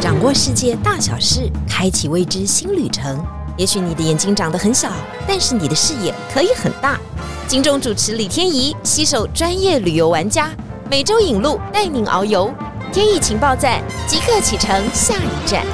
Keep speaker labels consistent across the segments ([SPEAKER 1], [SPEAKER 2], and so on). [SPEAKER 1] 掌握世界大小事，开启未知新旅程。也许你的眼睛长得很小，但是你的视野可以很大。金钟主持李天怡携手专业旅游玩家，每周引路带您遨游。天意情报站即刻启程，下一站。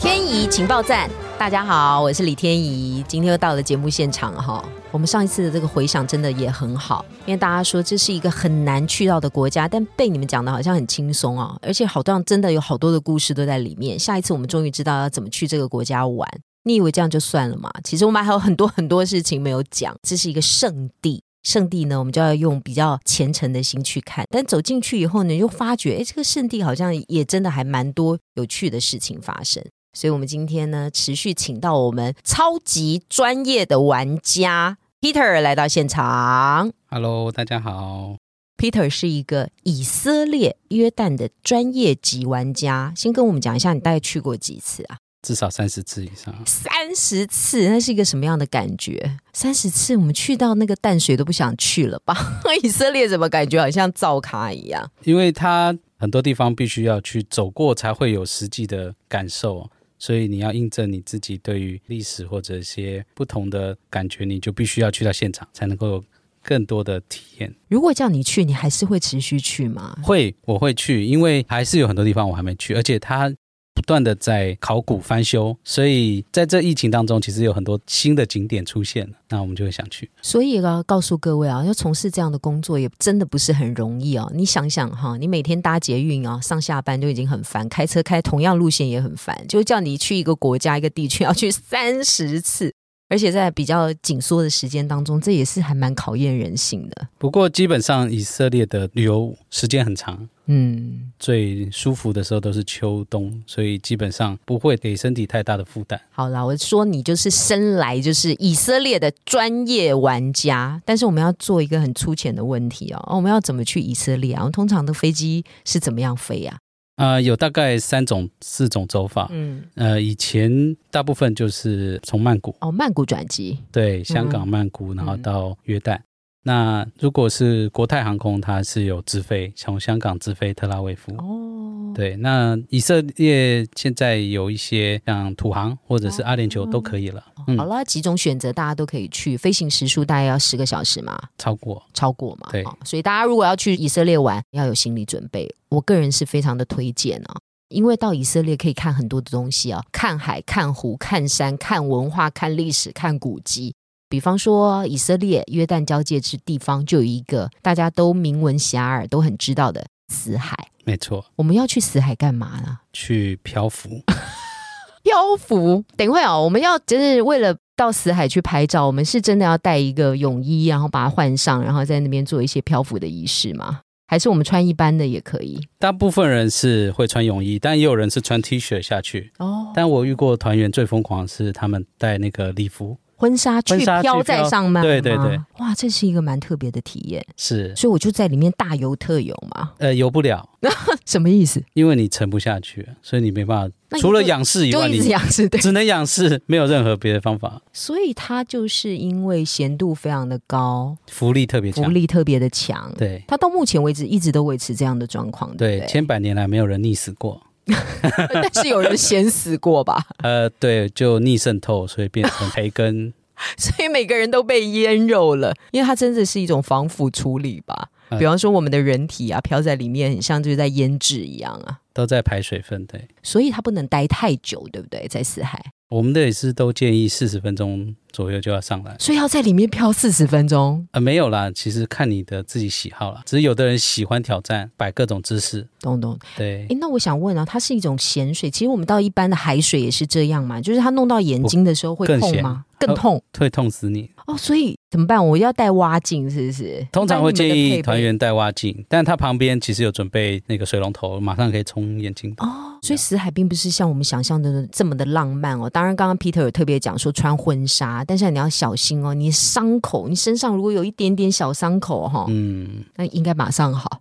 [SPEAKER 1] 天怡情报站，大家好，我是李天怡，今天又到了节目现场了哈。我们上一次的这个回想真的也很好，因为大家说这是一个很难去到的国家，但被你们讲的好像很轻松啊，而且好像真的有好多的故事都在里面。下一次我们终于知道要怎么去这个国家玩。你以为这样就算了嘛？其实我们还有很多很多事情没有讲。这是一个圣地，圣地呢，我们就要用比较虔诚的心去看。但走进去以后呢，你就发觉，哎，这个圣地好像也真的还蛮多有趣的事情发生。所以，我们今天呢，持续请到我们超级专业的玩家 Peter 来到现场。
[SPEAKER 2] Hello，大家好。
[SPEAKER 1] Peter 是一个以色列约旦的专业级玩家，先跟我们讲一下，你大概去过几次啊？
[SPEAKER 2] 至少三十次以上，
[SPEAKER 1] 三十次，那是一个什么样的感觉？三十次，我们去到那个淡水都不想去了吧？ 以色列怎么感觉好像造咖一样？
[SPEAKER 2] 因为它很多地方必须要去走过，才会有实际的感受，所以你要印证你自己对于历史或者一些不同的感觉，你就必须要去到现场，才能够有更多的体验。
[SPEAKER 1] 如果叫你去，你还是会持续去吗？
[SPEAKER 2] 会，我会去，因为还是有很多地方我还没去，而且它不断的在考古翻修，所以在这疫情当中，其实有很多新的景点出现了，那我们就会想去。
[SPEAKER 1] 所以啊，告诉各位啊，要从事这样的工作也真的不是很容易啊。你想想哈，你每天搭捷运啊，上下班就已经很烦，开车开同样路线也很烦，就叫你去一个国家一个地区要去三十次，而且在比较紧缩的时间当中，这也是还蛮考验人性的。
[SPEAKER 2] 不过基本上以色列的旅游时间很长，
[SPEAKER 1] 嗯，
[SPEAKER 2] 最舒服的时候都是秋冬，所以基本上不会给身体太大的负担。
[SPEAKER 1] 好啦，我说你就是生来就是以色列的专业玩家，但是我们要做一个很粗浅的问题哦，哦我们要怎么去以色列啊？通常的飞机是怎么样飞啊呀、
[SPEAKER 2] 呃，有大概三种、四种走法。
[SPEAKER 1] 嗯，
[SPEAKER 2] 呃，以前大部分就是从曼谷，
[SPEAKER 1] 哦，曼谷转机，
[SPEAKER 2] 对，香
[SPEAKER 1] 嗯
[SPEAKER 2] 港曼谷，然后到约旦。那如果是国泰航空，它是有直飞，从香港直飞特拉维夫。
[SPEAKER 1] 哦，
[SPEAKER 2] 对，那以色列现在有一些像土航或者是阿联酋
[SPEAKER 1] 哦
[SPEAKER 2] 都可以了，
[SPEAKER 1] 好
[SPEAKER 2] 嗯，
[SPEAKER 1] 啦，几种选择大家都可以去，飞行时数大概要十个小时嘛，
[SPEAKER 2] 超过
[SPEAKER 1] 超过嘛，
[SPEAKER 2] 对
[SPEAKER 1] 哦所以大家如果要去以色列玩，要有心理准备。我个人是非常的推荐啊、因为到以色列可以看很多的东西啊，看海、看湖、看山、看文化、看历史、看古迹。比方说，以色列约旦交界之地方就有一个大家都名闻遐迩、都很知道的死海。
[SPEAKER 2] 没错，
[SPEAKER 1] 我们要去死海干嘛呢？
[SPEAKER 2] 去漂浮。
[SPEAKER 1] 漂浮。等一会哦，我们要就是为了到死海去拍照，我们是真的要带一个泳衣，然后把它换上，然后在那边做一些漂浮的仪式吗？还是我们穿一般的也可以？
[SPEAKER 2] 大部分人是会穿泳衣，但也有人是穿 T 恤下去。
[SPEAKER 1] 哦，
[SPEAKER 2] 但我遇过团员最疯狂的是他们带那个礼服，
[SPEAKER 1] 婚纱去
[SPEAKER 2] 婚纱去
[SPEAKER 1] 飘在
[SPEAKER 2] 飘
[SPEAKER 1] 上面吗，
[SPEAKER 2] 对对对，
[SPEAKER 1] 哇，这是一个蛮特别的体验，
[SPEAKER 2] 是
[SPEAKER 1] 所以我就在里面大游特游嘛，
[SPEAKER 2] 呃游不了，
[SPEAKER 1] 什么意思？
[SPEAKER 2] 因为你沉不下去，所以你没办
[SPEAKER 1] 那
[SPEAKER 2] 法，
[SPEAKER 1] 你
[SPEAKER 2] 除了
[SPEAKER 1] 就
[SPEAKER 2] 仰视以
[SPEAKER 1] 就
[SPEAKER 2] 外，
[SPEAKER 1] 一直
[SPEAKER 2] 你
[SPEAKER 1] 这样子对，
[SPEAKER 2] 只能仰视，没有任何别的方法，
[SPEAKER 1] 所以它就是因为咸度非常的高，
[SPEAKER 2] 浮力特别
[SPEAKER 1] 浮
[SPEAKER 2] 强。
[SPEAKER 1] 力特别的强，，
[SPEAKER 2] 对
[SPEAKER 1] 它到目前为止一直都维持这样的状况，对
[SPEAKER 2] 对
[SPEAKER 1] 不，对，
[SPEAKER 2] 千百年来没有人溺死过，
[SPEAKER 1] 但是有人咸死过吧？
[SPEAKER 2] 呃，对，就逆渗透，所以变成培根。
[SPEAKER 1] 所以每个人都被腌肉了，因为它真的是一种防腐处理吧。
[SPEAKER 2] 嗯
[SPEAKER 1] 比方说，我们的人体啊，飘在里面，很像就是在腌制一样啊，
[SPEAKER 2] 都在排水分，对，
[SPEAKER 1] 所以它不能待太久，对不对？在死海，
[SPEAKER 2] 我们的也是都建议四十分钟左右就要上来。
[SPEAKER 1] 所以要在里面漂四十分钟，
[SPEAKER 2] 呃，没有啦，其实看你的自己喜好啦。只是有的人喜欢挑战，摆各种姿势。
[SPEAKER 1] 懂懂？
[SPEAKER 2] 对，
[SPEAKER 1] 诶，那我想问啊，它是一种咸水，其实我们到一般的海水也是这样嘛，就是它弄到眼睛的时候会
[SPEAKER 2] 更
[SPEAKER 1] 痛
[SPEAKER 2] 咸
[SPEAKER 1] 吗？更
[SPEAKER 2] 呃
[SPEAKER 1] 痛
[SPEAKER 2] 会痛死你。
[SPEAKER 1] 哦，所以怎么办？我要戴蛙镜是不是？
[SPEAKER 2] 通常会
[SPEAKER 1] 那你
[SPEAKER 2] 建
[SPEAKER 1] 们的配
[SPEAKER 2] 议
[SPEAKER 1] 备
[SPEAKER 2] 团员带蛙镜，但他旁边其实有准备那个水龙头，马上可以冲眼睛。
[SPEAKER 1] 哦，所以死海并不是像我们想象的这么的浪漫哦。当然，刚刚 Peter 有特别讲说穿婚纱，但是你要小心哦，你伤口，你身上如果有一点点小伤口哈、哦，
[SPEAKER 2] 嗯，
[SPEAKER 1] 那应该马上好。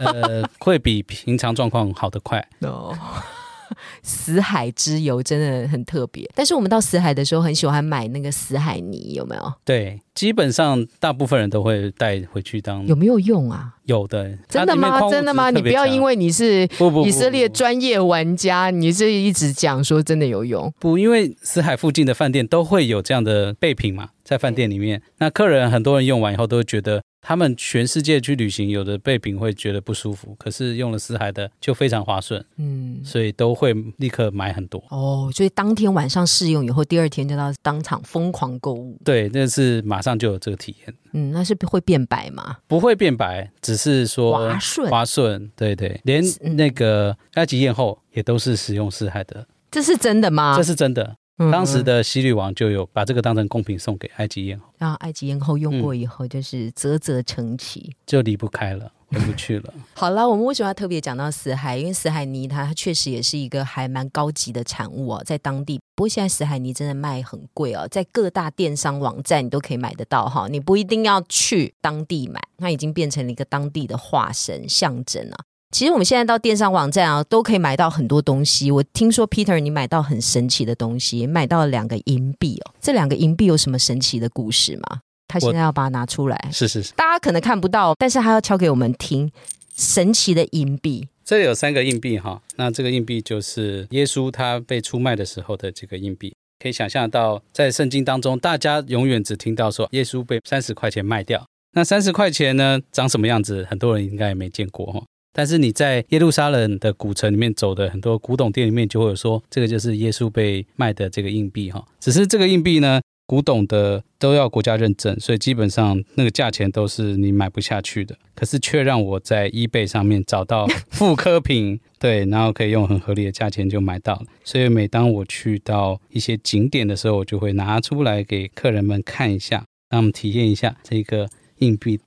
[SPEAKER 2] 呃，会比平常状况好得快。
[SPEAKER 1] 哦， 死海之游真的很特别。但是我们到死海的时候，很喜欢买那个死海泥，有没有？
[SPEAKER 2] 对，基本上大部分人都会带回去当
[SPEAKER 1] 有没有用啊？
[SPEAKER 2] 有的，
[SPEAKER 3] 真的
[SPEAKER 2] 它里面矿
[SPEAKER 3] 吗？
[SPEAKER 2] 物质
[SPEAKER 3] 真的吗？
[SPEAKER 2] 特
[SPEAKER 3] 你不
[SPEAKER 2] 别
[SPEAKER 3] 要
[SPEAKER 2] 强
[SPEAKER 3] 因为你是
[SPEAKER 2] 不不不
[SPEAKER 3] 以色列
[SPEAKER 2] 不
[SPEAKER 3] 专业玩家，你这一直讲说真的有用。
[SPEAKER 2] 不，因为死海附近的饭店都会有这样的备品嘛，在饭店里面，那客人很多人用完以后都会觉得，他们全世界去旅行，有的备品会觉得不舒服，可是用了死海的就非常划算，
[SPEAKER 1] 嗯，
[SPEAKER 2] 所以都会立刻买很多。
[SPEAKER 1] 哦，所以当天晚上试用以后，第二天就到当场疯狂购物。
[SPEAKER 2] 对，那是马上就有这个体验，
[SPEAKER 1] 嗯，那是会变白吗？
[SPEAKER 2] 不会变白，只是说
[SPEAKER 1] 滑顺
[SPEAKER 2] 滑顺，对对，连
[SPEAKER 1] 嗯
[SPEAKER 2] 那个埃及艳后也都是使用死海的，
[SPEAKER 1] 这是真的吗？
[SPEAKER 2] 这是真的。
[SPEAKER 1] 嗯
[SPEAKER 2] 当时的希律王就有把这个当成贡品送给埃及艳后，
[SPEAKER 1] 嗯让埃及艳后用过以后，就是啧啧称奇。
[SPEAKER 2] 就离不开了，回不 去了。
[SPEAKER 1] 好啦，我们为什么要特别讲到死海？因为死海泥它确实也是一个还蛮高级的产物哦，在当地。不过现在死海泥真的卖很贵哦，在各大电商网站你都可以买得到哈，你不一定要去当地买，它已经变成了一个当地的化身象征啊。其实我们现在到电商网站啊，都可以买到很多东西。我听说 Peter 你买到很神奇的东西，买到了两个银币哦。这两个银币有什么神奇的故事吗？他现在要把它拿出来，
[SPEAKER 2] 是是是。
[SPEAKER 1] 大家可能看不到，但是他要敲给我们听。神奇的银币，
[SPEAKER 2] 这里有三个硬币哈，那这个硬币就是耶稣他被出卖的时候的这个硬币。可以想象到，在圣经当中，大家永远只听到说耶稣被三十块钱卖掉。那三十块钱呢，长什么样子，很多人应该也没见过哈。但是你在耶路撒冷的古城里面走的很多古董店里面，就会有说这个就是耶稣被卖的这个硬币哈。只是这个硬币呢，古董的都要国家认证，所以基本上那个价钱都是你买不下去的。可是却让我在 eBay 上面找到复刻品，对，然后可以用很合理的价钱就买到了。所以每当我去到一些景点的时候，我就会拿出来给客人们看一下，让他们体验一下这个硬币。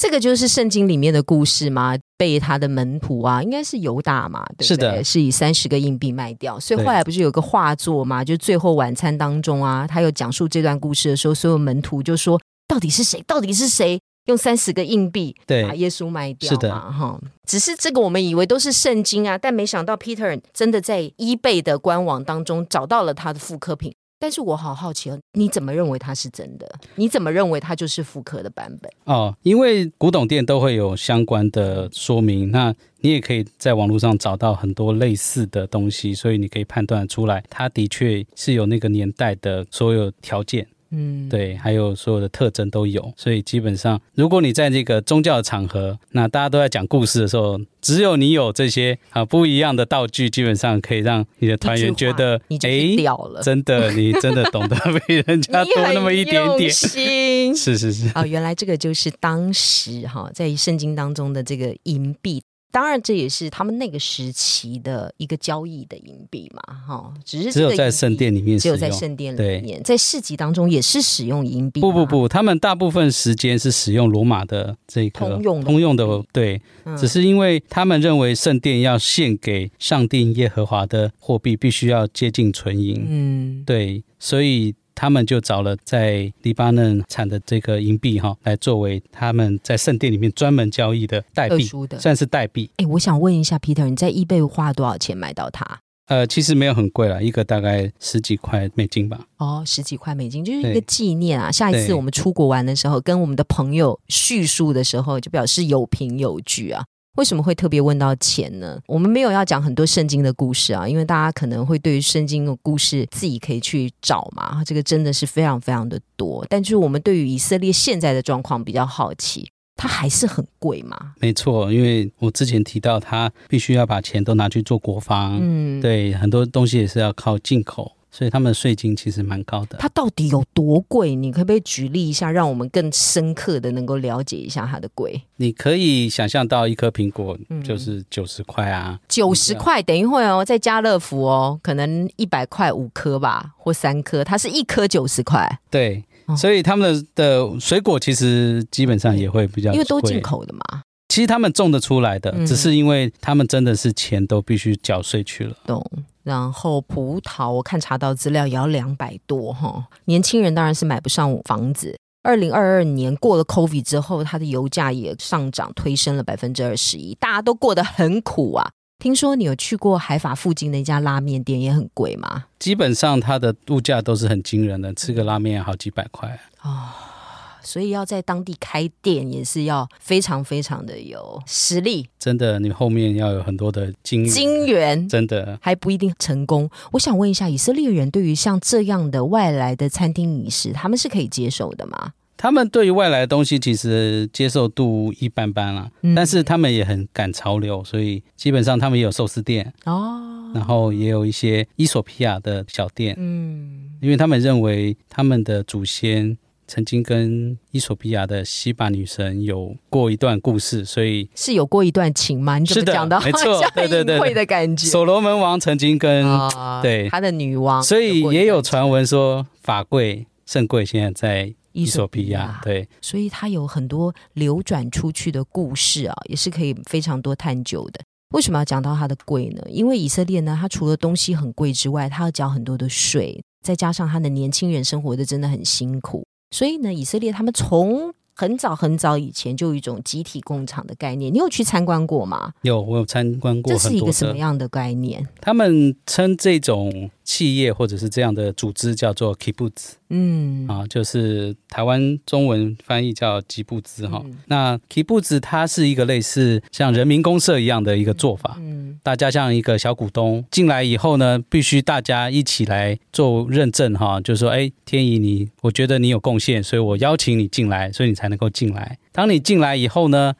[SPEAKER 1] 这个就是圣经里面的故事吗？被他的门徒啊，应该是犹大嘛，对不对？
[SPEAKER 2] 是的
[SPEAKER 1] 是以三十个硬币卖掉。所以
[SPEAKER 2] 对
[SPEAKER 1] 后来不是有个画作嘛，就最后晚餐当中啊，他有讲述这段故事的时候，所有门徒就说：“到底是谁？到底是谁用三十个硬币
[SPEAKER 2] 对
[SPEAKER 1] 把，耶稣卖掉
[SPEAKER 2] 是的
[SPEAKER 1] 嘛，哈。只是这个我们以为都是圣经啊，但没想到 Peter 真的在 eBay 的官网当中找到了他的复刻品。但是我好好奇哦，你怎么认为它是真的？你怎么认为它就是复刻的版本？
[SPEAKER 2] 哦，因为古董店都会有相关的说明，那你也可以在网络上找到很多类似的东西，所以你可以判断出来，它的确是有那个年代的所有条件。
[SPEAKER 1] 嗯，
[SPEAKER 2] 对，还有所有的特征都有，所以基本上，如果你在这个宗教的场合，那大家都在讲故事的时候，只有你有这些啊、不一样的道具，基本上可以让你的团员觉得
[SPEAKER 1] 你，就
[SPEAKER 2] 哎
[SPEAKER 1] 是，掉了，
[SPEAKER 2] 真的，你真的懂得比人家
[SPEAKER 1] 你
[SPEAKER 2] 多
[SPEAKER 1] 很
[SPEAKER 2] 那么一点
[SPEAKER 1] 用
[SPEAKER 2] 点，
[SPEAKER 1] 心
[SPEAKER 2] 是是是，
[SPEAKER 1] 啊、原来这个就是当时哈，在圣经当中的这个银币。当然，这也是他们那个时期的一个交易的银币嘛，哈，只是
[SPEAKER 2] 只
[SPEAKER 1] 这个
[SPEAKER 2] 有在
[SPEAKER 1] 银
[SPEAKER 2] 圣
[SPEAKER 1] 币
[SPEAKER 2] 殿里面
[SPEAKER 1] 只
[SPEAKER 2] 使
[SPEAKER 1] 有
[SPEAKER 2] 用。
[SPEAKER 1] 在圣啊殿里
[SPEAKER 2] 对
[SPEAKER 1] 面，在市集当中也是使用银币吗。
[SPEAKER 2] 不不不，他们大部分时间是使用罗马的这个
[SPEAKER 1] 通用的
[SPEAKER 2] 通用的，对，
[SPEAKER 1] 嗯，
[SPEAKER 2] 只是因为他们认为圣殿要献给上帝耶和华的货币，必须要接近纯银。
[SPEAKER 1] 嗯，
[SPEAKER 2] 对，所以他们就找了在黎巴嫩产的这个银币哈、来作为他们在圣殿里面专门交易的代
[SPEAKER 1] 特
[SPEAKER 2] 币，
[SPEAKER 1] 殊的。
[SPEAKER 2] 算是代币。
[SPEAKER 1] 哎，我想问一下，Peter，你在 eBay 花多少钱买到它？
[SPEAKER 2] 呃，其实没有很贵啦，一个大概十几块美金吧。
[SPEAKER 1] 哦，十几块美金，就是一
[SPEAKER 2] 对
[SPEAKER 1] 个纪念啊。下一次
[SPEAKER 2] 对
[SPEAKER 1] 我们出国玩的时候，跟我们的朋友叙述的时候，就表示有凭有据啊。为什么会特别问到钱呢？我们没有要讲很多圣经的故事啊，因为大家可能会对于圣经的故事自己可以去找嘛，这个真的是非常非常的多。但就是我们对于以色列现在的状况比较好奇，它还是很贵嘛？
[SPEAKER 2] 没错，因为我之前提到他必须要把钱都拿去做国防，
[SPEAKER 1] 嗯，
[SPEAKER 2] 对，很多东西也是要靠进口，所以他们的税金其实蛮高的。
[SPEAKER 1] 它到底有多贵？你可不可以举例一下，让我们更深刻的能够了解一下它的贵？
[SPEAKER 2] 你可以想象到一颗苹果
[SPEAKER 1] 嗯
[SPEAKER 2] 就是九十块啊，
[SPEAKER 1] 九十块等一会哦，在家乐福哦，可能一百块五颗吧，或三颗，它是一颗九十块，
[SPEAKER 2] 对
[SPEAKER 1] 哦，
[SPEAKER 2] 所以他们的的水果其实基本上也会比较
[SPEAKER 1] 因为都
[SPEAKER 2] 贵
[SPEAKER 1] 进口的嘛，
[SPEAKER 2] 其实他们种得出来的，
[SPEAKER 1] 嗯
[SPEAKER 2] 只是因为他们真的是钱都必须缴税去了。
[SPEAKER 1] 懂。然后葡萄，我看查到资料也要两百多哈、年轻人当然是买不上房子。二零二二年过了 COVID 之后，它的油价也上涨，推升了百分之二十一，大家都过得很苦啊。听说你有去过海法附近那家拉面店，也很贵吗？
[SPEAKER 2] 基本上它的物价都是很惊人的，吃个拉面好几百块。
[SPEAKER 1] 所以要在当地开店也是要非常非常的有实力、
[SPEAKER 2] 真的，你后面要有很多的经验
[SPEAKER 1] 金源，
[SPEAKER 2] 真的，
[SPEAKER 1] 还不一定成功。我想问一下，以色列人对于像这样的外来的餐厅饮食，他们是可以接受的吗？
[SPEAKER 2] 他们对于外来的东西其实接受度一般般啦，
[SPEAKER 1] 嗯
[SPEAKER 2] 但是他们也很赶潮流，所以基本上他们也有寿司店，
[SPEAKER 1] 哦，
[SPEAKER 2] 然后也有一些伊索比亚的小店，
[SPEAKER 1] 嗯，
[SPEAKER 2] 因为他们认为他们的祖先曾经跟伊索比亚的希巴女神有过一段故事，所以
[SPEAKER 1] 是有过一段情吗？你怎么
[SPEAKER 2] 是的
[SPEAKER 1] 讲到好
[SPEAKER 2] 没错
[SPEAKER 1] 像
[SPEAKER 2] 对对对
[SPEAKER 1] 淫秽的感觉？
[SPEAKER 2] 所罗门王曾经跟，
[SPEAKER 1] 啊
[SPEAKER 2] 对
[SPEAKER 1] 他的女王，
[SPEAKER 2] 所以也有
[SPEAKER 1] 传
[SPEAKER 2] 传闻说法柜圣柜现在在伊索比亚，，对，
[SPEAKER 1] 所以它有很多流转出去的故事啊，也是可以非常多探究的。为什么要讲到它的贵呢？因为以色列呢，它除了东西很贵之外，它要缴很多的税，再加上它的年轻人生活的真的很辛苦，所以呢，以色列他们从很早很早以前就有一种集体工厂的概念。你有去参观过吗？
[SPEAKER 2] 有我有参观过
[SPEAKER 1] 这是
[SPEAKER 2] 很
[SPEAKER 1] 一
[SPEAKER 2] 多
[SPEAKER 1] 个什么
[SPEAKER 2] 的，
[SPEAKER 1] 样的概念？
[SPEAKER 2] 他们称这种企业或者是这样的组织叫做 kibbutz
[SPEAKER 1] 嗯，
[SPEAKER 2] 啊，就是台湾中文翻译叫吉布兹哈
[SPEAKER 1] 嗯。
[SPEAKER 2] 那 kibbutz 它是一个类似像人民公社一样的一个做法，
[SPEAKER 1] 嗯，
[SPEAKER 2] 大家像一个小股东进来以后呢，必须大家一起来做认证哈，就是说，哎，天怡你，我觉得你有贡献，所以我邀请你进来，所以你才能够进来。当你进来以后呢，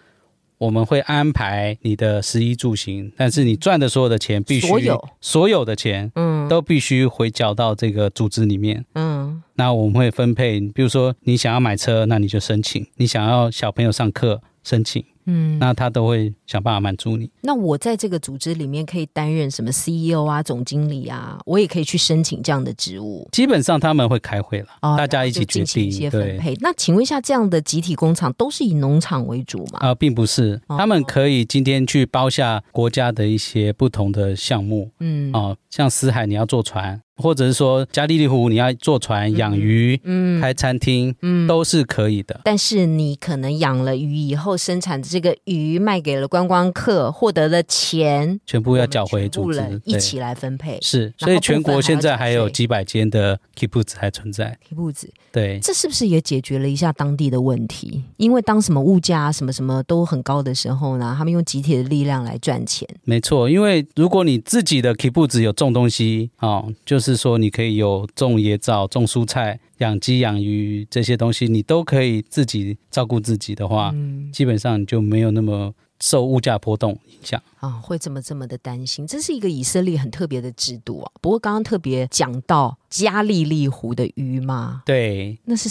[SPEAKER 2] 我们会安排你的食衣住行，但是你赚的所有的钱必须
[SPEAKER 1] 所有，
[SPEAKER 2] 所有的钱，
[SPEAKER 1] 嗯，
[SPEAKER 2] 都必须回缴到这个组织里面。
[SPEAKER 1] 嗯，
[SPEAKER 2] 那我们会分配，比如说你想要买车，那你就申请；你想要小朋友上课，申请。嗯，那他都会想办法满足你。
[SPEAKER 1] 那我在这个组织里面可以担任什么 CEO 啊、总经理啊，我也可以去申请这样的职务。
[SPEAKER 2] 基本上他们会开会了，
[SPEAKER 1] 哦
[SPEAKER 2] 大家一起
[SPEAKER 1] 就
[SPEAKER 2] 决
[SPEAKER 1] 进行一
[SPEAKER 2] 定。
[SPEAKER 1] 些分
[SPEAKER 2] 对，
[SPEAKER 1] 配。那请问一下，这样的集体工厂都是以农场为主吗？
[SPEAKER 2] 啊、并不是，
[SPEAKER 1] 哦
[SPEAKER 2] 他们可以今天去包下国家的一些不同的项目
[SPEAKER 1] 嗯
[SPEAKER 2] 啊、像死海你要坐船，或者是说加利利湖你要坐船养鱼、
[SPEAKER 1] 嗯
[SPEAKER 2] 开餐厅，
[SPEAKER 1] 嗯。
[SPEAKER 2] 都是可以的。
[SPEAKER 1] 但是你可能养了鱼以后，生产这个鱼卖给了观光客，获得了钱，
[SPEAKER 2] 全部要缴回
[SPEAKER 1] 全部
[SPEAKER 2] 组织
[SPEAKER 1] 人，一
[SPEAKER 2] 对，
[SPEAKER 1] 起来分配。
[SPEAKER 2] 是，
[SPEAKER 1] 后
[SPEAKER 2] 所以全国现在还
[SPEAKER 1] 部分还要缴
[SPEAKER 2] 有
[SPEAKER 1] 税
[SPEAKER 2] 几百间的 kibbutz 还存在。
[SPEAKER 1] 提步子，
[SPEAKER 2] 对，
[SPEAKER 1] 这是不是也解决了一下当地的问题？因为当什么物价啊、什么什么都很高的时候呢，他们用集体的力量来赚钱。
[SPEAKER 2] 没错，因为如果你自己的 kibbutz 有种东西哦，就是说你可以有种椰枣、种蔬菜、养鸡、养鱼这些东西，你都可以自己照顾自己的话，
[SPEAKER 1] 嗯，
[SPEAKER 2] 基本上你就没有那么受物价波动影响。
[SPEAKER 1] 啊、会这么这么的担心，这是一个以色列很特别的制度啊。不过刚刚特别讲到加利利湖的鱼嘛，
[SPEAKER 2] 对，
[SPEAKER 1] 那是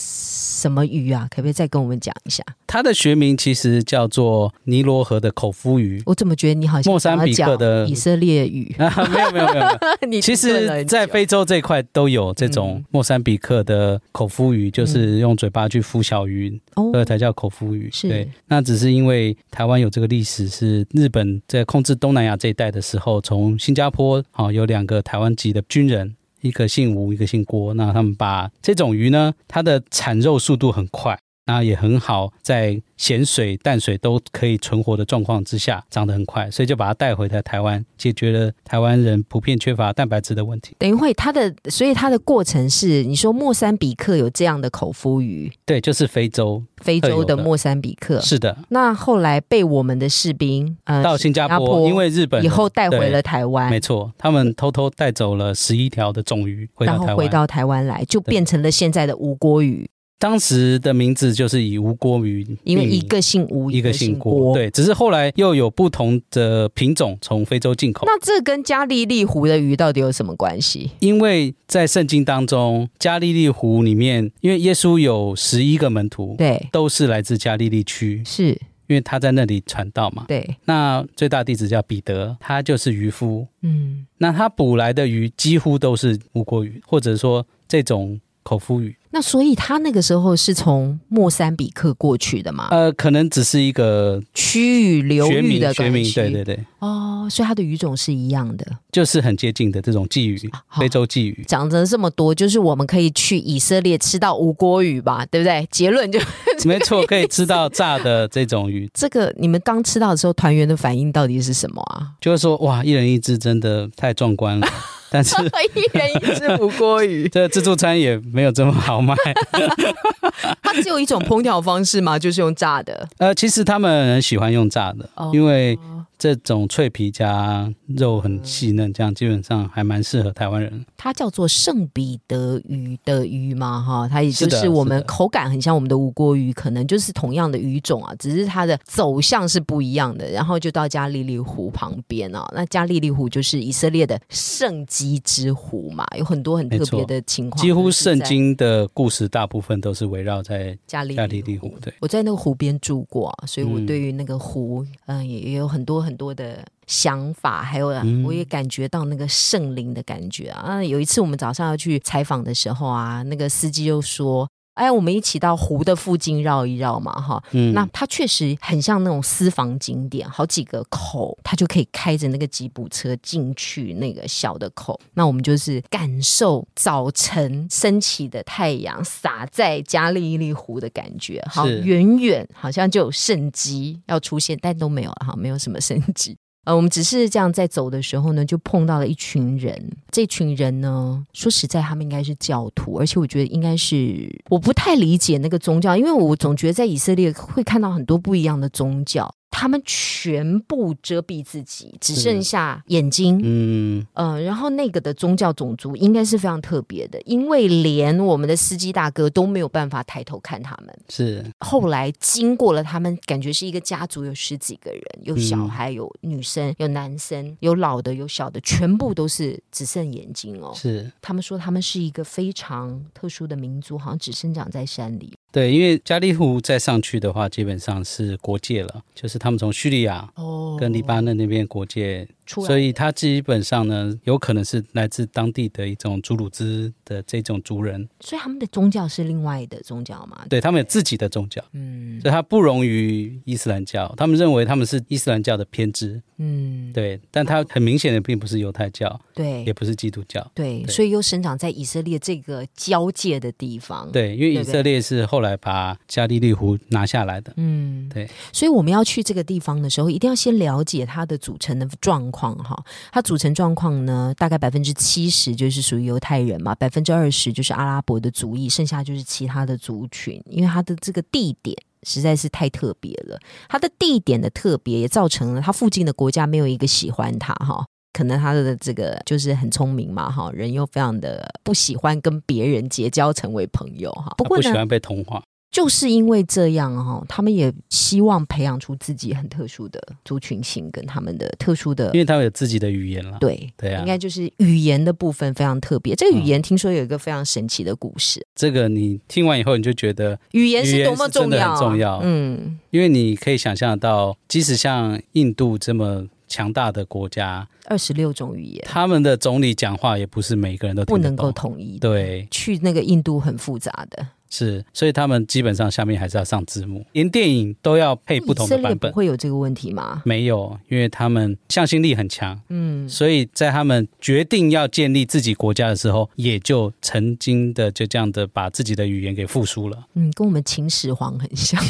[SPEAKER 1] 什么鱼啊？可不可以再跟我们讲一下？
[SPEAKER 2] 它的学名其实叫做尼罗河的口夫鱼。
[SPEAKER 1] 我怎么觉得你好像
[SPEAKER 2] 莫桑比克的
[SPEAKER 1] 想要讲以色列语？
[SPEAKER 2] 啊，没有没有没有，没 有
[SPEAKER 1] 你
[SPEAKER 2] 其
[SPEAKER 1] 顿了
[SPEAKER 2] 实，
[SPEAKER 1] 很
[SPEAKER 2] 在
[SPEAKER 1] 久
[SPEAKER 2] 非洲这块都有这
[SPEAKER 1] 嗯
[SPEAKER 2] 种莫桑比克的口夫鱼，就是用嘴巴去孵小鱼，
[SPEAKER 1] 哦
[SPEAKER 2] 所以才叫口腹鱼。
[SPEAKER 1] 是
[SPEAKER 2] 对，那只是因为台湾有这个历史，是日本在控制东南亚这一带的时候，从新加坡啊、哦、有两个台湾籍的军人。一个姓吴，一个姓郭。那他们把这种鱼呢，它的产肉速度很快，那也很好，在咸水、淡水都可以存活的状况之下，长得很快，所以就把它带回来台湾，解决了台湾人普遍缺乏蛋白质的问题。
[SPEAKER 1] 等于会它的，所以它的过程是你说莫桑比克有这样的口腹鱼，
[SPEAKER 2] 对，就是非洲。
[SPEAKER 1] 非
[SPEAKER 2] 特
[SPEAKER 1] 洲
[SPEAKER 2] 有
[SPEAKER 1] 的
[SPEAKER 2] 的
[SPEAKER 1] 莫桑比克。
[SPEAKER 2] 是的，
[SPEAKER 1] 那后来被我们的士兵呃
[SPEAKER 2] 到新加坡，因为日本
[SPEAKER 1] 以后带回
[SPEAKER 2] 对
[SPEAKER 1] 了台湾，
[SPEAKER 2] 没错，他们偷偷带走了十一条的种鱼回
[SPEAKER 1] 然
[SPEAKER 2] 到
[SPEAKER 1] 后
[SPEAKER 2] 台
[SPEAKER 1] 回
[SPEAKER 2] 湾。
[SPEAKER 1] 到台湾来，就变成了现在的吴郭鱼，
[SPEAKER 2] 当时的名字就是以吴郭鱼，
[SPEAKER 1] 因为一个姓吴，
[SPEAKER 2] 嗯一个姓
[SPEAKER 1] 姓
[SPEAKER 2] 郭，。对，只是后来又有不同的品种从非洲进口。
[SPEAKER 1] 那这跟加利利湖的鱼到底有什么关系？
[SPEAKER 2] 因为在圣经当中，加利利湖里面，因为耶稣有十一个门徒，
[SPEAKER 1] 对，
[SPEAKER 2] 都是来自加利利区，
[SPEAKER 1] 是，
[SPEAKER 2] 因为他在那里传道嘛。
[SPEAKER 1] 对，
[SPEAKER 2] 那最大弟子叫彼得，他就是渔夫。
[SPEAKER 1] 嗯，
[SPEAKER 2] 那他捕来的鱼几乎都是吴郭鱼，或者说这种口夫鱼。
[SPEAKER 1] 那所以他那个时候是从莫桑比克过去的嘛，
[SPEAKER 2] 呃，可能只是一个
[SPEAKER 1] 区域流
[SPEAKER 2] 学
[SPEAKER 1] 域
[SPEAKER 2] 名，
[SPEAKER 1] 的
[SPEAKER 2] 学
[SPEAKER 1] 关
[SPEAKER 2] 名，
[SPEAKER 1] 系，
[SPEAKER 2] 对对对，
[SPEAKER 1] 哦，所以它的语种是一样的。
[SPEAKER 2] 就是很接近的这种寄语，
[SPEAKER 1] 好
[SPEAKER 2] 非洲寄语。
[SPEAKER 1] 讲了这么多，就是我们可以去以色列吃到无锅鱼吧，对不 对？结论就
[SPEAKER 2] 没错，可以吃到炸的这种鱼，
[SPEAKER 1] 这个，你们刚吃到的时候，团员的反应到底是什么啊？
[SPEAKER 2] 就会说哇，一人一只真的太壮 观了。但是
[SPEAKER 1] 一人一只无锅鱼，
[SPEAKER 2] 这自助餐也没有这么好卖。
[SPEAKER 1] 它只有一种烹调方式嘛，就是用炸的。
[SPEAKER 2] 呃，其实他们很喜欢用炸的，
[SPEAKER 1] 哦
[SPEAKER 2] 因为这种脆皮加肉很细嫩，这样基本上还蛮适合台湾人。
[SPEAKER 1] 它叫做圣彼得鱼的鱼嘛，哈，它也就是
[SPEAKER 2] 的
[SPEAKER 1] 是我们
[SPEAKER 2] 是的
[SPEAKER 1] 口感很像我们的无锅鱼，可能就是同样的鱼种啊，只是它的走向是不一样的。然后就到加利利湖旁边啊，那加利利湖就是以色列的圣基之湖嘛，有很多很特别的情况，
[SPEAKER 2] 几乎
[SPEAKER 1] 就是在
[SPEAKER 2] 圣经的故事大部分都是围绕在
[SPEAKER 1] 加利
[SPEAKER 2] 加利利
[SPEAKER 1] 湖
[SPEAKER 2] 湖。。对，
[SPEAKER 1] 我在那个湖边住过啊、所以我
[SPEAKER 2] 嗯
[SPEAKER 1] 对于那个湖，嗯、也也有很多很多的想法，还有啊、
[SPEAKER 2] 嗯
[SPEAKER 1] 我也感觉到那个圣灵的感觉啊。啊有一次我们早上要去采访的时候啊，那个司机就说：“哎，我们一起到湖的附近绕一绕嘛，哈。”
[SPEAKER 2] 嗯，
[SPEAKER 1] 那它确实很像那种私房景点，好几个口，它就可以开着那个吉普车进去那个小的口。那我们就是感受早晨升起的太阳洒在加利利湖的感觉，好
[SPEAKER 2] 是
[SPEAKER 1] 远远好像就有圣机要出现，但都没有哈，没有什么圣机。呃，我们只是这样在走的时候呢，就碰到了一群人。这群人呢，说实在，他们应该是教徒，而且我觉得应该是我不太理解那个宗教，因为我总觉得在以色列会看到很多不一样的宗教，他们全部遮蔽自己，只
[SPEAKER 2] 是
[SPEAKER 1] 剩下眼睛，
[SPEAKER 2] 嗯，
[SPEAKER 1] 呃，然后那个的宗教种族应该是非常特别的，因为连我们的司机大哥都没有办法抬头看他们。
[SPEAKER 2] 是
[SPEAKER 1] 后来经过了他们，感觉是一个家族，有十几个人，有小
[SPEAKER 2] 嗯
[SPEAKER 1] 孩，有女生，有男生，有老的，有小的，全部都是只剩眼睛哦。
[SPEAKER 2] 是，
[SPEAKER 1] 他们说他们是一个非常特殊的民族，好像只生长在山里。
[SPEAKER 2] 对，因为加利湖再上去的话，基本上是国界了，就是他们从叙利亚
[SPEAKER 1] 哦
[SPEAKER 2] 跟黎巴嫩那边国界
[SPEAKER 1] 出来，
[SPEAKER 2] 所以它基本上呢，有可能是来自当地的一种祖鲁兹的这种族人，
[SPEAKER 1] 所以他们的宗教是另外的宗教嘛？
[SPEAKER 2] 对他们有自己的宗教，
[SPEAKER 1] 嗯
[SPEAKER 2] 所以它不容于伊斯兰教，他们认为他们是伊斯兰教的偏支，
[SPEAKER 1] 嗯，
[SPEAKER 2] 对，但它很明显的并不是犹太教，也
[SPEAKER 1] 对
[SPEAKER 2] 不是基督教，
[SPEAKER 1] 对，
[SPEAKER 2] 对
[SPEAKER 1] 所以又生长在以色列这个交界的地方。，
[SPEAKER 2] 对，因
[SPEAKER 1] 嗯
[SPEAKER 2] 为
[SPEAKER 1] 对对
[SPEAKER 2] 以色列是后来把加利利湖拿下来的，
[SPEAKER 1] 嗯，
[SPEAKER 2] 对，
[SPEAKER 1] 所以我们要去这个地方的时候，一定要先了解它的组成的状况哈。它组成状况呢，大概百分之七十就是属于犹太人嘛，百分之二十就是阿拉伯的族裔，剩下就是其他的族群，因为它的这个地点。实在是太特别了，它的地点的特别也造成了它附近的国家没有一个喜欢它哈，可能他的这个就是很聪明嘛哈，人又非常的不喜欢跟别人结交成为朋友哈。不
[SPEAKER 2] 他
[SPEAKER 1] 过
[SPEAKER 2] 不喜
[SPEAKER 1] 呢，
[SPEAKER 2] 欢被同化，
[SPEAKER 1] 就是因为这样哦，他们也希望培养出自己很特殊的族群性跟他们的特殊的
[SPEAKER 2] 因为他们有自己的语言了，
[SPEAKER 1] 对。
[SPEAKER 2] 对啊
[SPEAKER 1] 应，该就是语言的部分非常特别。这个语
[SPEAKER 2] 嗯
[SPEAKER 1] 言听说有一个非常神奇的故事，
[SPEAKER 2] 这个你听完以后你就觉得
[SPEAKER 1] 语言是多么重
[SPEAKER 2] 语言
[SPEAKER 1] 要、
[SPEAKER 2] 是真的
[SPEAKER 1] 啊，
[SPEAKER 2] 很重要
[SPEAKER 1] 嗯，
[SPEAKER 2] 因为你可以想象得到，即使像印度这么强大的国家，
[SPEAKER 1] 二十六种语言
[SPEAKER 2] 他们的总理讲话也不是每个人都
[SPEAKER 1] 不
[SPEAKER 2] 听得
[SPEAKER 1] 能够
[SPEAKER 2] 懂。
[SPEAKER 1] 统一。，
[SPEAKER 2] 对，
[SPEAKER 1] 去那个印度很复杂的，
[SPEAKER 2] 是，所以他们基本上下面还是要上字幕，连电影都要配不
[SPEAKER 1] 以
[SPEAKER 2] 同
[SPEAKER 1] 色
[SPEAKER 2] 的
[SPEAKER 1] 列
[SPEAKER 2] 版
[SPEAKER 1] 不
[SPEAKER 2] 本。
[SPEAKER 1] 会有这个问题吗？
[SPEAKER 2] 没有，因为他们向心力很强，
[SPEAKER 1] 嗯，
[SPEAKER 2] 所以在他们决定要建立自己国家的时候，也就曾经的就这样的把自己的语言给复苏了。
[SPEAKER 1] 嗯，跟我们秦始皇很像。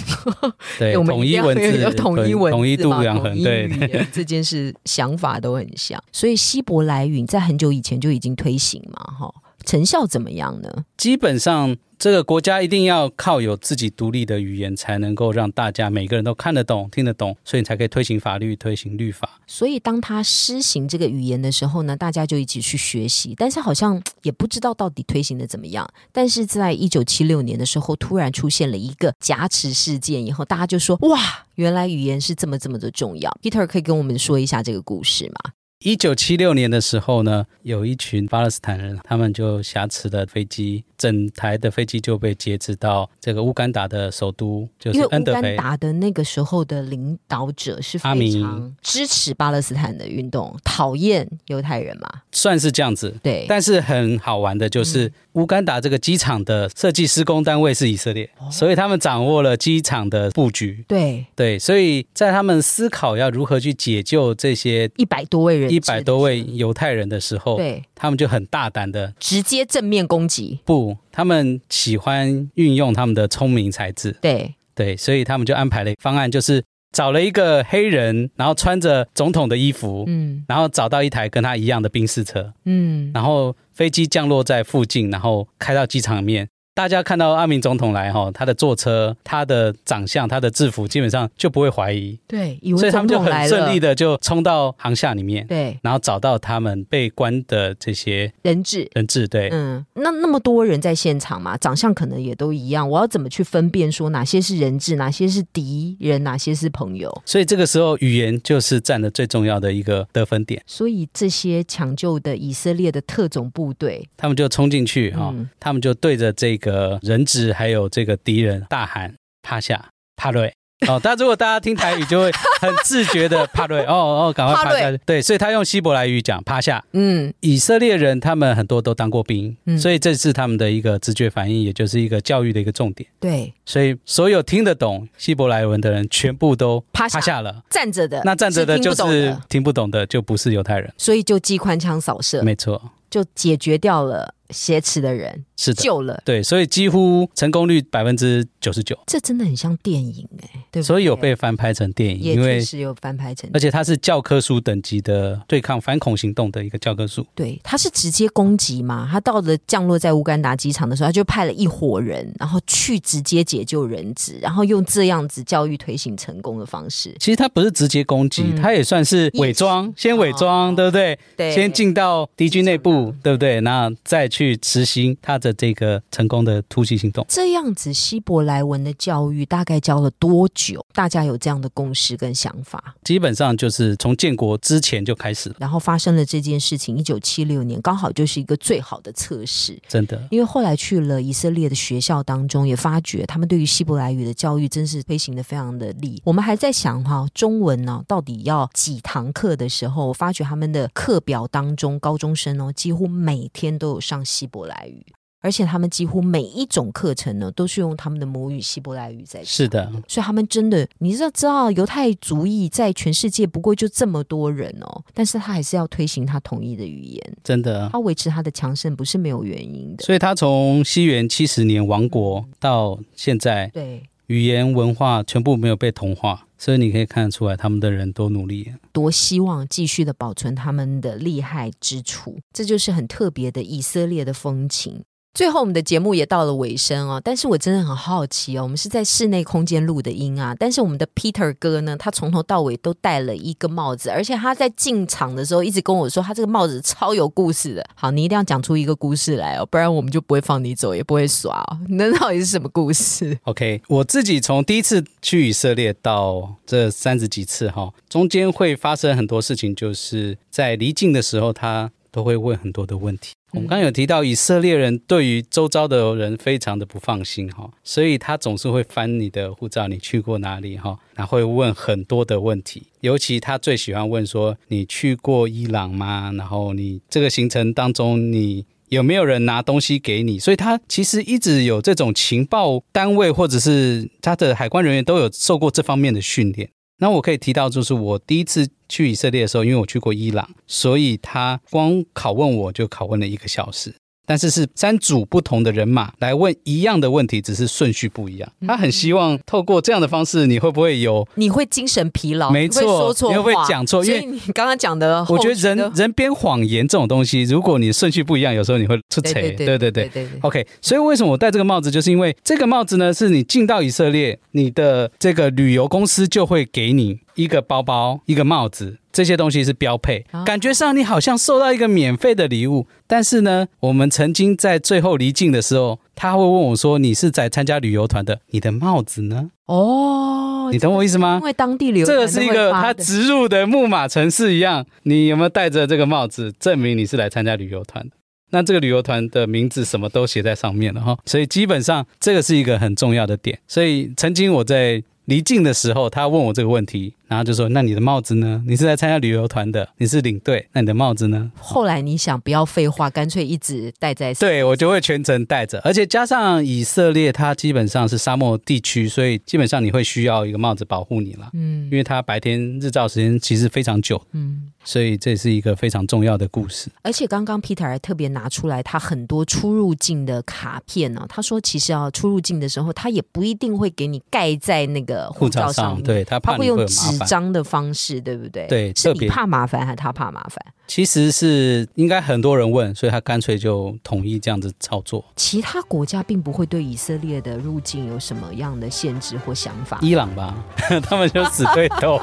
[SPEAKER 2] 对，
[SPEAKER 1] 我们
[SPEAKER 2] 统
[SPEAKER 1] 一
[SPEAKER 2] 一
[SPEAKER 1] 定要
[SPEAKER 2] 文字
[SPEAKER 1] 有，统一文字嘛，
[SPEAKER 2] 统一度量
[SPEAKER 1] 统
[SPEAKER 2] 衡，
[SPEAKER 1] 一
[SPEAKER 2] 对，
[SPEAKER 1] 语言这件事想法都很像，所以希伯来语在很久以前就已经推行嘛，哈，成效怎么样呢？
[SPEAKER 2] 基本上这个国家一定要靠有自己独立的语言，才能够让大家每个人都看得懂、听得懂，所以你才可以推行法律、推行律法。
[SPEAKER 1] 所以当他施行这个语言的时候呢，大家就一起去学习，但是好像也不知道到底推行的怎么样。但是在一九七六年的时候，突然出现了一个挟持事件，以后大家就说：“哇，原来语言是这么这么的重要。” Peter 可以跟我们说一下这个故事吗？
[SPEAKER 2] 一九七六年的时候呢，有一群巴勒斯坦人，他们就挟持了飞机，整台的飞机就被劫持到这个乌干达的首都，就是
[SPEAKER 1] 因为
[SPEAKER 2] 恩
[SPEAKER 1] 乌
[SPEAKER 2] 德
[SPEAKER 1] 干
[SPEAKER 2] 菲。
[SPEAKER 1] 达的那个时候的领导者是
[SPEAKER 2] 阿
[SPEAKER 1] 非
[SPEAKER 2] 明
[SPEAKER 1] 常支持巴勒斯坦的运动，讨厌犹太人嘛，
[SPEAKER 2] 算是这样子。
[SPEAKER 1] 对，
[SPEAKER 2] 但是很好玩的就是，乌干达这个机场的设计施工单位是以色列，
[SPEAKER 1] 哦
[SPEAKER 2] 所以他们掌握了机场的布局。
[SPEAKER 1] 对
[SPEAKER 2] 对，所以在他们思考要如何去解救这些
[SPEAKER 1] 一百多位人，
[SPEAKER 2] 一百多位，犹太人的时候，
[SPEAKER 1] 对，
[SPEAKER 2] 他们就很大胆的
[SPEAKER 1] 直接正面攻击，
[SPEAKER 2] 不，他们喜欢运用他们的聪明才智。
[SPEAKER 1] 对，
[SPEAKER 2] 对，所以他们就安排了方案，就是找了一个黑人，然后穿着总统的衣服，
[SPEAKER 1] 嗯
[SPEAKER 2] 然后找到一台跟他一样的宾士车，
[SPEAKER 1] 嗯，
[SPEAKER 2] 然后飞机降落在附近，然后开到机场里面。大家看到阿明总统来哈，他的坐车、他的长相、他的制服，基本上就不会怀疑，
[SPEAKER 1] 对，以为
[SPEAKER 2] 所以他们就
[SPEAKER 1] 总统来
[SPEAKER 2] 很顺
[SPEAKER 1] 了，
[SPEAKER 2] 利的就冲到航厦里面，
[SPEAKER 1] 对，
[SPEAKER 2] 然后找到他们被关的这些
[SPEAKER 1] 人质。
[SPEAKER 2] 人质。对，
[SPEAKER 1] 嗯，那那么多人在现场嘛，长相可能也都一样，我要怎么去分辨说哪些是人质，哪些是敌人，哪些是朋友？
[SPEAKER 2] 所以这个时候语言就是占了最重要的一个得分点。
[SPEAKER 1] 所以这些抢救的以色列的特种部队，
[SPEAKER 2] 他们就冲进去哈、
[SPEAKER 1] 嗯
[SPEAKER 2] 他们就对着这个人质还有这个敌人大喊“帕夏帕瑞”。哦，但如果大家听台语就会很自觉的帕瑞，哦哦，赶快
[SPEAKER 1] 帕
[SPEAKER 2] 趴
[SPEAKER 1] 瑞
[SPEAKER 2] 下。对，所以他用希伯来语讲趴下。
[SPEAKER 1] 嗯，
[SPEAKER 2] 以色列人他们很多都当过兵，
[SPEAKER 1] 嗯
[SPEAKER 2] 所以这是他们的一个直觉反应，也就是一个教育的一个重点。
[SPEAKER 1] 对，
[SPEAKER 2] 所以所有听得懂希伯来文的人全部都
[SPEAKER 1] 趴下
[SPEAKER 2] 趴下了。
[SPEAKER 1] 站着的
[SPEAKER 2] 那站着的
[SPEAKER 1] 听
[SPEAKER 2] 就
[SPEAKER 1] 不懂
[SPEAKER 2] 是
[SPEAKER 1] 的
[SPEAKER 2] 听不懂的，就不是犹太人。
[SPEAKER 1] 所以就机关枪扫射，
[SPEAKER 2] 没错，
[SPEAKER 1] 就解决掉了挟持的人，
[SPEAKER 2] 是的。
[SPEAKER 1] 救了。
[SPEAKER 2] 对，所以几乎成功率百分之九十九，
[SPEAKER 1] 这真的很像电影哎、对不对？
[SPEAKER 2] 所以有被翻拍成电影，
[SPEAKER 1] 也
[SPEAKER 2] 因为
[SPEAKER 1] 确实有翻拍成
[SPEAKER 2] 而且它是教科书等级的对抗反恐行动的一个教科书。
[SPEAKER 1] 对，他是直接攻击嘛？他到了降落在乌干达机场的时候，他就派了一伙人，然后去直接解救人质，然后用这样子教育推行成功的方式，
[SPEAKER 2] 其实它不是直接攻击，
[SPEAKER 1] 嗯
[SPEAKER 2] 它也算是伪装，先伪装，
[SPEAKER 1] 哦
[SPEAKER 2] 对不对？
[SPEAKER 1] 对
[SPEAKER 2] 先进到敌军内部，对不对？那再去执行它的这个成功的突袭行动。
[SPEAKER 1] 这样子希伯来文的教育大概教了多久？大家有这样的共识跟想法？
[SPEAKER 2] 基本上就是从建国之前就开始了，
[SPEAKER 1] 然后发生了这件事情，一九七六年刚好就是一个最好的测试。
[SPEAKER 2] 真的。
[SPEAKER 1] 因为后来去了以色列的学校当中，也发觉他们对于希伯来语的教育真是推行的非常的力。我们还在想哈、中文呢、到底要几堂课的时候，发觉他们的课表当中，高中生哦几乎每天都有上希伯来语，而且他们几乎每一种课程呢都是用他们的母语希伯来语在
[SPEAKER 2] 是的，
[SPEAKER 1] 所以他们真的，你知道，知道犹太族裔在全世界不过就这么多人哦，但是他还是要推行他统一的语言，
[SPEAKER 2] 真的。
[SPEAKER 1] 他维持他的强盛不是没有原因的。
[SPEAKER 2] 所以它从西元七十年亡国到现在，
[SPEAKER 1] 对，
[SPEAKER 2] 语言文化全部没有被同化，所以你可以看得出来，他们的人多努力。
[SPEAKER 1] 多希望继续的保存他们的厉害之处，这就是很特别的以色列的风情。最后，我们的节目也到了尾声哦，但是我真的很好奇哦，我们是在室内空间录的音啊，但是我们的 Peter 哥呢，他从头到尾都戴了一个帽子，而且他在进场的时候一直跟我说，他这个帽子超有故事的。好，你一定要讲出一个故事来哦，不然我们就不会放你走，也不会耍哦。那到底是什么故事？
[SPEAKER 2] OK，我自己从第一次去以色列到这三十几次哈，中间会发生很多事情，就是在离境的时候，他都会问很多的问题。我们刚刚有提到，以色列人对于周遭的人非常的不放心哈，所以他总是会翻你的护照，你去过哪里哈，然后会问很多的问题，尤其他最喜欢问说你去过伊朗吗？然后你这个行程当中你有没有人拿东西给你？所以他其实一直有这种情报单位或者是他的海关人员都有受过这方面的训练。那我可以提到，就是我第一次去以色列的时候，因为我去过伊朗，所以他光拷问我就拷问了一个小时，但是是三组不同的人马来问一样的问题，只是顺序不一样。他很希望透过这样的方式，你会不会有
[SPEAKER 1] 你会精神疲劳，
[SPEAKER 2] 没
[SPEAKER 1] 你会
[SPEAKER 2] 错
[SPEAKER 1] 说错话，
[SPEAKER 2] 你会不会讲错因
[SPEAKER 1] 所
[SPEAKER 2] 为
[SPEAKER 1] 以你刚刚讲的后
[SPEAKER 2] 我
[SPEAKER 1] 续
[SPEAKER 2] 觉
[SPEAKER 1] 的，
[SPEAKER 2] 得人人编谎言这种东西，如果你顺序不一样，有时候你会出
[SPEAKER 1] 对
[SPEAKER 2] 贼。
[SPEAKER 1] 对
[SPEAKER 2] 对对
[SPEAKER 1] 对
[SPEAKER 2] 对。
[SPEAKER 1] 对对
[SPEAKER 2] OK，所以为什么我戴这个帽子，就是因为这个帽子呢，是你进到以色列，你的这个旅游公司就会给你一个包包、一个帽子，这些东西是标配
[SPEAKER 1] 啊，
[SPEAKER 2] 感觉上你好像收到一个免费的礼物。但是呢，我们曾经在最后离境的时候，他会问我说：“你是在参加旅游团的，你的帽子呢？”
[SPEAKER 1] 哦，哦，
[SPEAKER 2] 你懂我意思吗
[SPEAKER 1] 因？为当地流
[SPEAKER 2] 这
[SPEAKER 1] 传
[SPEAKER 2] 个
[SPEAKER 1] 都
[SPEAKER 2] 是一
[SPEAKER 1] 会
[SPEAKER 2] 个
[SPEAKER 1] 发
[SPEAKER 2] 它
[SPEAKER 1] 的
[SPEAKER 2] 植入的木马城市一样，你有没有戴着这个帽子，证明你是来参加旅游团的？那这个旅游团的名字什么都写在上面了哈，所以基本上这个是一个很重要的点。所以曾经我在离境的时候，他问我这个问题，然后就说：“那你的帽子呢？你是来参加旅游团的，你是领队，那你的帽子呢？”
[SPEAKER 1] 后来你想不要废话，干脆一直戴在身
[SPEAKER 2] 对我就会全程带着，而且加上以色列，它基本上是沙漠地区，所以基本上你会需要一个帽子保护你了。嗯，因为它白天日照时间其实非常久，
[SPEAKER 1] 嗯，
[SPEAKER 2] 所以这是一个非常重要的故事。
[SPEAKER 1] 而且刚刚 Peter 还特别拿出来他很多出入境的卡片呢、他说其实啊，出入境的时候他也不一定会给你盖在那个
[SPEAKER 2] 护
[SPEAKER 1] 哦护
[SPEAKER 2] 照
[SPEAKER 1] 照
[SPEAKER 2] 上，
[SPEAKER 1] 面，
[SPEAKER 2] 对他怕
[SPEAKER 1] 他
[SPEAKER 2] 你
[SPEAKER 1] 会
[SPEAKER 2] 有
[SPEAKER 1] 用
[SPEAKER 2] 麻
[SPEAKER 1] 纸
[SPEAKER 2] 烦。
[SPEAKER 1] 张的方式，对不对？
[SPEAKER 2] 对
[SPEAKER 1] 是
[SPEAKER 2] 特
[SPEAKER 1] 你
[SPEAKER 2] 别
[SPEAKER 1] 怕麻烦还是他怕麻烦？
[SPEAKER 2] 其实是应该很多人问，所以他干脆就统一这样子操作。
[SPEAKER 1] 其他国家并不会对以色列的入境有什么样的限制或想法。
[SPEAKER 2] 伊朗吧， 他们就死对 头。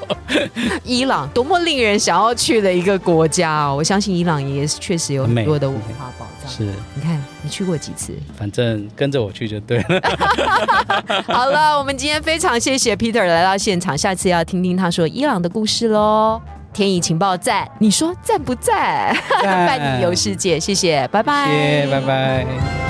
[SPEAKER 1] 伊朗多么令人想要去的一个国家哦！我相信伊朗也是确实有很
[SPEAKER 2] 美
[SPEAKER 1] 多的文化宝藏。
[SPEAKER 2] 是，
[SPEAKER 1] 你看，你去过几次？
[SPEAKER 2] 反正跟着我去就对 了。
[SPEAKER 1] 好了，我们今天非常谢谢 Peter 来到现场，下次要听听他说伊朗的故事喽。天意情报站，哎你说赞不赞？伴你游世界，谢谢，拜拜，
[SPEAKER 2] 谢谢，拜拜。